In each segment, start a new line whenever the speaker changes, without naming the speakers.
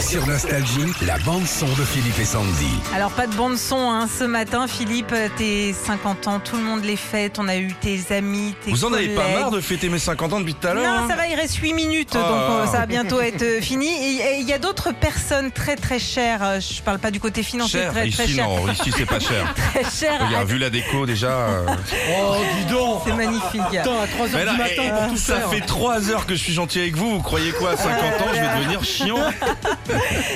Sur Nostalgie, la bande-son de Philippe et Sandy.
Alors pas de bande son hein, ce matin Philippe, tes 50 ans, tout le monde les fête, on a eu tes amis, tes
Vous en avez pas
collègues.
marre de fêter mes 50 ans depuis tout à l'heure
Non,
hein
ça va, il reste 8 minutes,
Ah.
donc euh, ça va bientôt être euh, fini. Et et il y a d'autres personnes très très chères, euh, je parle pas du côté financier,
Cher,
très très
ici
chères,
non, ici c'est pas cher.
très chères.
Regarde, vu la déco déjà. euh,
Oh, dis donc
C'est magnifique.
Putain, à 3h
Mais
du
là,
matin
eh,
pour tout
ça
faire.
fait 3 heures que je suis gentil avec vous. Vous croyez quoi à 50 ans, je vais devenir chiant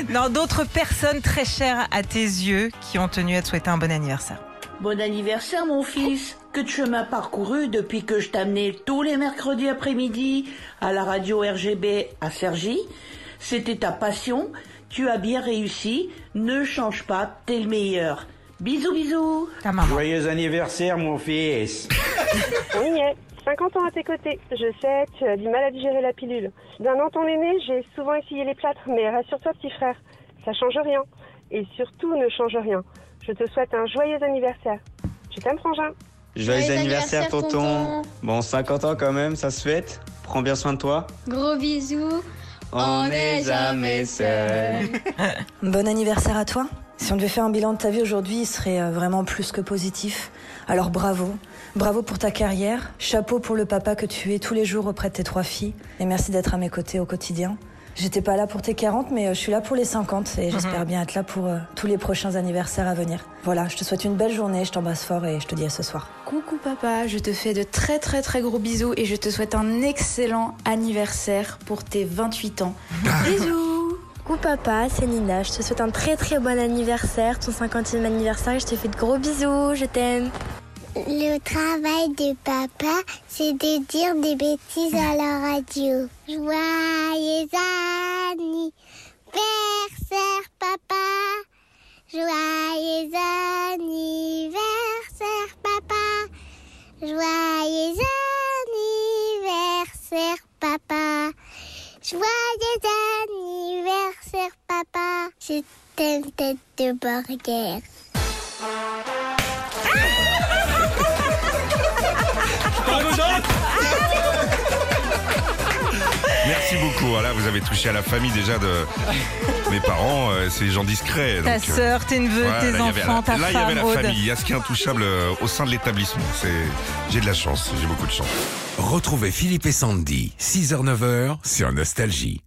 Non, d'autres personnes très chères à tes yeux qui ont tenu à te souhaiter un bon anniversaire.
Bon anniversaire mon fils, que de chemin parcouru depuis que je t'amenais tous les mercredis après-midi à la radio RGB à Cergy. C'était ta passion, tu as bien réussi, ne change pas, t'es le meilleur. Bisous bisous
Ta
Ah.
maman.
Joyeux anniversaire, mon fils.
On y est. 50 ans à tes côtés. Je sais, tu as du mal à digérer la pilule. D'un an ton aîné, j'ai souvent essayé les plâtres, mais rassure-toi, petit frère, ça change rien. Et surtout, ne change rien. Je te souhaite un joyeux anniversaire. Je t'aime, frangin.
Joyeux, anniversaire, tonton. Bon, 50 ans quand même, ça se fête. Prends bien soin de toi.
Gros bisous. On n'est jamais seul.
Bon anniversaire à toi. Si on devait faire un bilan de ta vie aujourd'hui, il serait euh, vraiment plus que positif. Alors bravo. Bravo pour ta carrière. Chapeau pour le papa que tu es tous les jours auprès de tes trois filles. Et merci d'être à mes côtés au quotidien. J'étais pas là pour tes 40, mais euh, je suis là pour les 50 et j'espère bien être là pour euh, tous les prochains anniversaires à venir. Voilà, je te souhaite une belle journée, je t'embrasse fort et je te dis à ce soir.
Coucou papa, je te fais de très très très gros bisous et je te souhaite un excellent anniversaire pour tes 28 ans. bisous
Coucou papa, c'est Nina. Je te souhaite un très très bon anniversaire, ton 50e anniversaire. Je te fais de gros bisous, je t'aime.
Le travail de papa, c'est de dire des bêtises à la radio. Joyeux anniversaire papa. Joyeux anniversaire papa. Joyeux anniversaire papa. Joyeux anniversaire papa. Je t'aime tête de burger.
Merci beaucoup. Voilà, vous avez touché à la famille déjà de mes parents. euh, C'est des gens discrets.
Ta
donc, euh,
sœur, tes neveux,
voilà, là,
tes
il y avait la-
enfants, ta
Là, il y avait
femme,
la
Aude.
famille. Il y a ce qui est intouchable euh, au sein de l'établissement. C'est- J'ai de la chance. J'ai beaucoup de chance.
Retrouvez Philippe et Sandy, 6h-9h sur Nostalgie.